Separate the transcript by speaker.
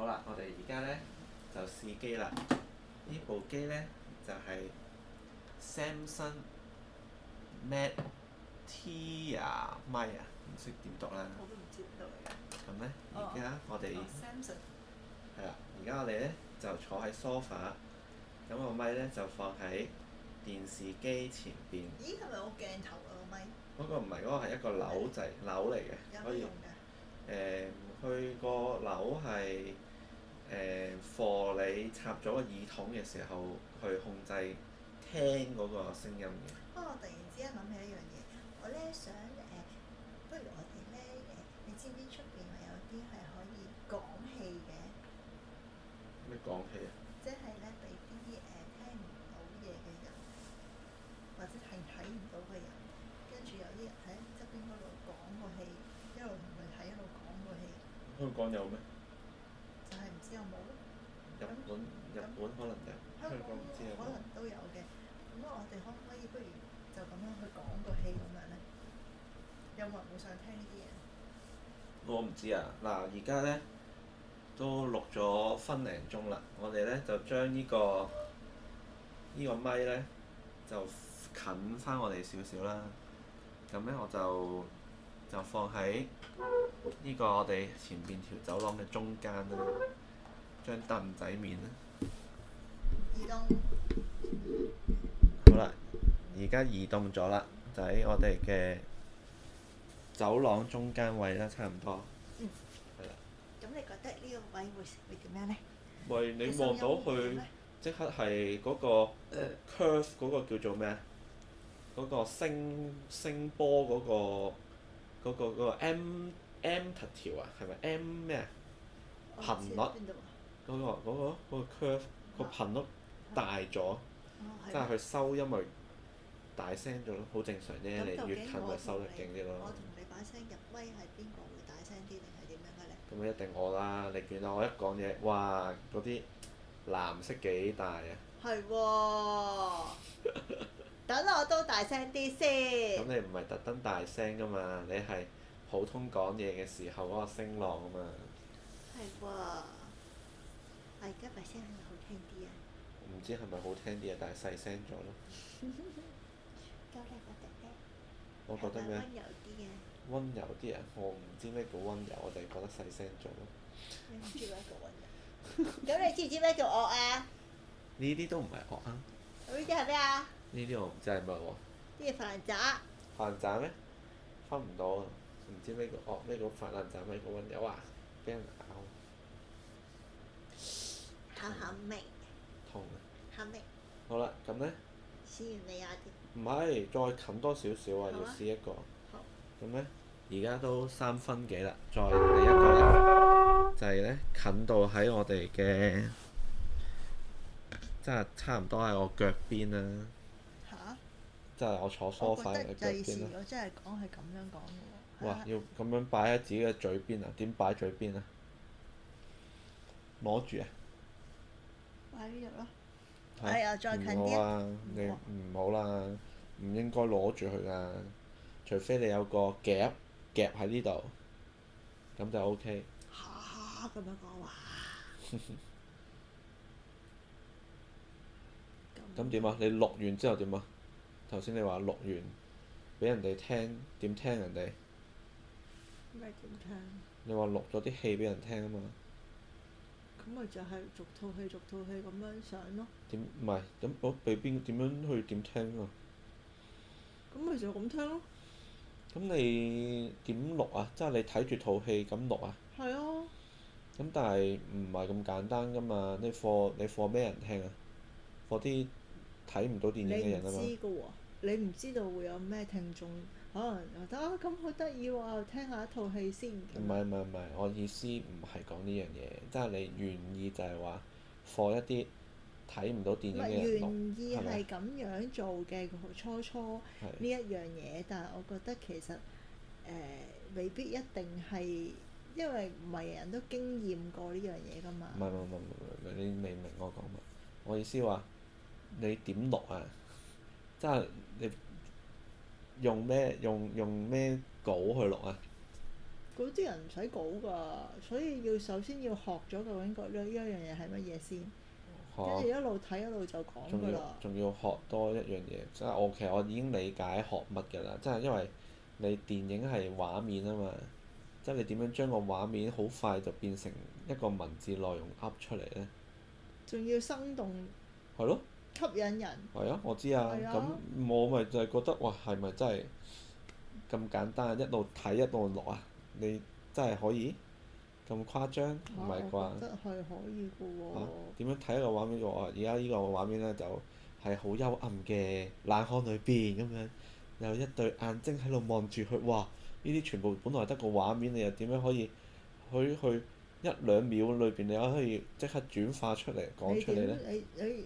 Speaker 1: 而家咧就試機啦。呢部機咧就係、Samsung Mate Tia 咪啊，唔識點讀啦。
Speaker 2: 我都唔知邊度嚟嘅。
Speaker 1: 咁咧，
Speaker 2: 哦
Speaker 1: 而家我哋
Speaker 2: 哦，Samson，
Speaker 1: 係啦，而家我哋咧就坐喺 sofa，咁個咪咧就放喺電視機前邊。
Speaker 2: 咦係咪我鏡頭啊個咪？
Speaker 1: 嗰、個唔係嗰個係一個鈕掣鈕嚟嘅，
Speaker 2: 有
Speaker 1: 可
Speaker 2: 咩
Speaker 1: 以
Speaker 2: 用
Speaker 1: 誒
Speaker 2: 㗎？
Speaker 1: 呃佢個鈕係誒 for 你插咗個耳筒嘅時候去控制聽嗰個聲音嘅。
Speaker 2: 不過我突然之間諗起一樣嘢，我咧想誒，呃不如我哋咧誒，你知唔知出邊咪有啲係可以講戲嘅？
Speaker 1: 咩講起啊？
Speaker 2: 即係咧俾啲誒聽唔到嘢嘅人，或者係睇唔到嘅人，跟住有啲人喺側邊嗰度講個戲，一路同佢睇一路講個戲，
Speaker 1: 香港有咩？
Speaker 2: 就係、唔知有冇咯。
Speaker 1: 日本日本可能有，
Speaker 2: 香
Speaker 1: 香
Speaker 2: 港
Speaker 1: 港唔知啊有
Speaker 2: 可
Speaker 1: 冇
Speaker 2: 能。都有嘅。咁我哋可唔可以不如就咁樣去講個戲咁樣咧？有冇人會想聽呢啲嘢？
Speaker 1: 我唔知啊。嗱，而家咧都錄咗分零鐘啦，我哋咧就將呢、個呢、個咪咧就近翻我哋少少啦。咁咧我就就放喺呢個我哋前邊條走廊嘅中間啦，張凳仔面啦。
Speaker 2: 移動
Speaker 1: 好啦，而家移動咗啦，就喺我哋嘅走廊中間位啦，差唔多。
Speaker 2: 嗯
Speaker 1: 係啦。
Speaker 2: 咁，你覺得呢個位會會點樣咧？
Speaker 1: 喂，你望到佢即刻係嗰個
Speaker 2: 呃
Speaker 1: curve 嗰個叫做咩啊？嗰、個聲聲波嗰、個嗰、個嗰、個 M M 特條啊，係咪 M 咩啊？頻率
Speaker 2: 邊度啊？
Speaker 1: 嗰、個嗰、個嗰、個 curve 個頻率大咗，
Speaker 2: 哦，
Speaker 1: 即
Speaker 2: 係
Speaker 1: 係
Speaker 2: 啊。
Speaker 1: 佢收音咪大聲咗咯，好正常啫。
Speaker 2: 咁
Speaker 1: 你
Speaker 2: 究
Speaker 1: 越
Speaker 2: 竟
Speaker 1: 近
Speaker 2: 我
Speaker 1: 咪收得
Speaker 2: 同
Speaker 1: 勁
Speaker 2: 你
Speaker 1: 啲
Speaker 2: 我
Speaker 1: 咯。
Speaker 2: 同你把聲入威係邊個會大聲啲定係點樣嘅咧？
Speaker 1: 咁一定我啦，你見到我一講嘢，哇！嗰啲藍色幾大啊！
Speaker 2: 係喎。等我都大聲啲
Speaker 1: 咁
Speaker 2: 先。
Speaker 1: 你唔係特登大聲噶嘛？你係普通講嘢嘅時候嗰個聲浪啊嘛。
Speaker 2: 係喎。我而家把聲係咪好聽啲啊？
Speaker 1: 唔知係咪好聽啲啊？但係細聲咗咯。
Speaker 2: 咁你覺得咧？
Speaker 1: 我覺得
Speaker 2: 係咪
Speaker 1: 咩？
Speaker 2: 温柔啲啊？
Speaker 1: 温柔啲啊！我唔知咩叫温柔，我哋覺得細聲咗咯。
Speaker 2: 你唔知咩叫温柔？咁你知唔知咩叫惡啊？
Speaker 1: 呢啲都唔係惡啊！
Speaker 2: 咁呢啲係咩啊？
Speaker 1: 呢啲我唔知係乜喎。
Speaker 2: 呢啲飯渣。
Speaker 1: 飯盞咩？分唔到啊！唔知咩叫惡，咩叫飯爛盞，咩叫温柔啊！俾人咬
Speaker 2: 口口味，
Speaker 1: 痛啊！
Speaker 2: 口味，
Speaker 1: 好啦，咁咧
Speaker 2: 試完你啊啲。
Speaker 1: 唔係再近多少少啊，
Speaker 2: 好
Speaker 1: 要
Speaker 2: 啊
Speaker 1: 試一個。
Speaker 2: 好，
Speaker 1: 咁咧，而家都三分幾啦，再嚟一個咧，就係咧近到喺我哋嘅，即係差唔多喺我腳邊啦，
Speaker 2: 嚇！
Speaker 1: 即係我坐梳
Speaker 2: 我
Speaker 1: 化
Speaker 2: 覺
Speaker 1: 嘅
Speaker 2: 得
Speaker 1: 腳
Speaker 2: 第
Speaker 1: 邊
Speaker 2: 時啊
Speaker 1: 啦。
Speaker 2: 我真係講係咁樣講嘅喎。
Speaker 1: 哇！要咁樣擺喺自己嘅嘴邊啊？點擺嘴邊啊？攞住啊！
Speaker 2: 擺呢度咯。
Speaker 1: 嚇
Speaker 2: 哎呀再近啲
Speaker 1: 啊唔好啊！你
Speaker 2: 唔好
Speaker 1: 唔好啦，唔應該攞住佢噶，除非你有個夾夾喺呢度，咁就 OK。
Speaker 2: 嚇咁樣講哇！
Speaker 1: 咁點啊？你錄完之後點啊？頭先你話錄完俾人哋聽，點聽人哋？
Speaker 2: 咩點聽？
Speaker 1: 你話錄咗啲戲俾人聽啊嘛？
Speaker 2: 咁咪就係逐套戲逐套戲咁樣上咯。
Speaker 1: 點唔係咁我俾邊點樣去點聽啊？
Speaker 2: 咁咪就咁聽咯。
Speaker 1: 咁你點錄啊？即係你睇住套戲咁錄啊？
Speaker 2: 係啊。
Speaker 1: 咁但係唔係咁簡單噶嘛？你課你課咩人聽啊？課啲睇唔到電影嘅
Speaker 2: 你唔
Speaker 1: 人啊
Speaker 2: 知
Speaker 1: 嘛？
Speaker 2: 嘅喎，你唔知道會有咩聽眾可能覺得啊咁好得意喎，聽下一套戲先咁
Speaker 1: 唔係唔係唔係，我意思唔係講呢樣嘢，即係你願意就係話課一啲睇唔到電影
Speaker 2: 唔
Speaker 1: 嘅
Speaker 2: 係
Speaker 1: 人錄，
Speaker 2: 啊願意
Speaker 1: 係咪
Speaker 2: 係咁樣做嘅，初初
Speaker 1: 係。
Speaker 2: 呢一樣嘢，但係我覺得其實誒、呃未必一定係，因為唔係人人都經驗過呢樣嘢噶嘛
Speaker 1: 唔。係唔係唔係唔係，你未明我講乜？我意思話你點錄啊？即係你用咩用用咩稿去錄啊？
Speaker 3: 嗰啲人唔使稿㗎，所以要首先要學咗究竟嗰呢一樣嘢係乜嘢先，跟住
Speaker 1: 學
Speaker 3: 一路睇一路就講
Speaker 1: 哦仲
Speaker 3: 㗎
Speaker 1: 要
Speaker 3: 啦。
Speaker 1: 仲要學多一樣嘢，即係我其實我已經理解學乜㗎啦，即係因為你電影係畫面啊嘛，即係你點樣將個畫面好快就變成一個文字內容噏出嚟咧？
Speaker 3: 仲要生動
Speaker 1: 係咯，
Speaker 3: 吸引人，
Speaker 1: 係啊，我知啊，
Speaker 3: 係
Speaker 1: 咁
Speaker 3: 啊
Speaker 1: 我咪就係覺得哇，係咪真係咁簡單？一路睇一路落啊，你真係可以咁誇張？唔係
Speaker 3: 啊我
Speaker 1: 啩
Speaker 3: 覺？得係可以㗎喎、
Speaker 1: 啊點樣睇一個畫面？我話而家呢個畫面咧就係好幽暗嘅冷巷裏邊咁樣，有一對眼睛喺度望住佢。哇！呢啲全部本來得個畫面，你又點樣可以去去一兩秒裏邊，你可以即刻轉化出嚟講
Speaker 3: 你
Speaker 1: 出嚟
Speaker 3: 點
Speaker 1: 咧？
Speaker 3: 你你咁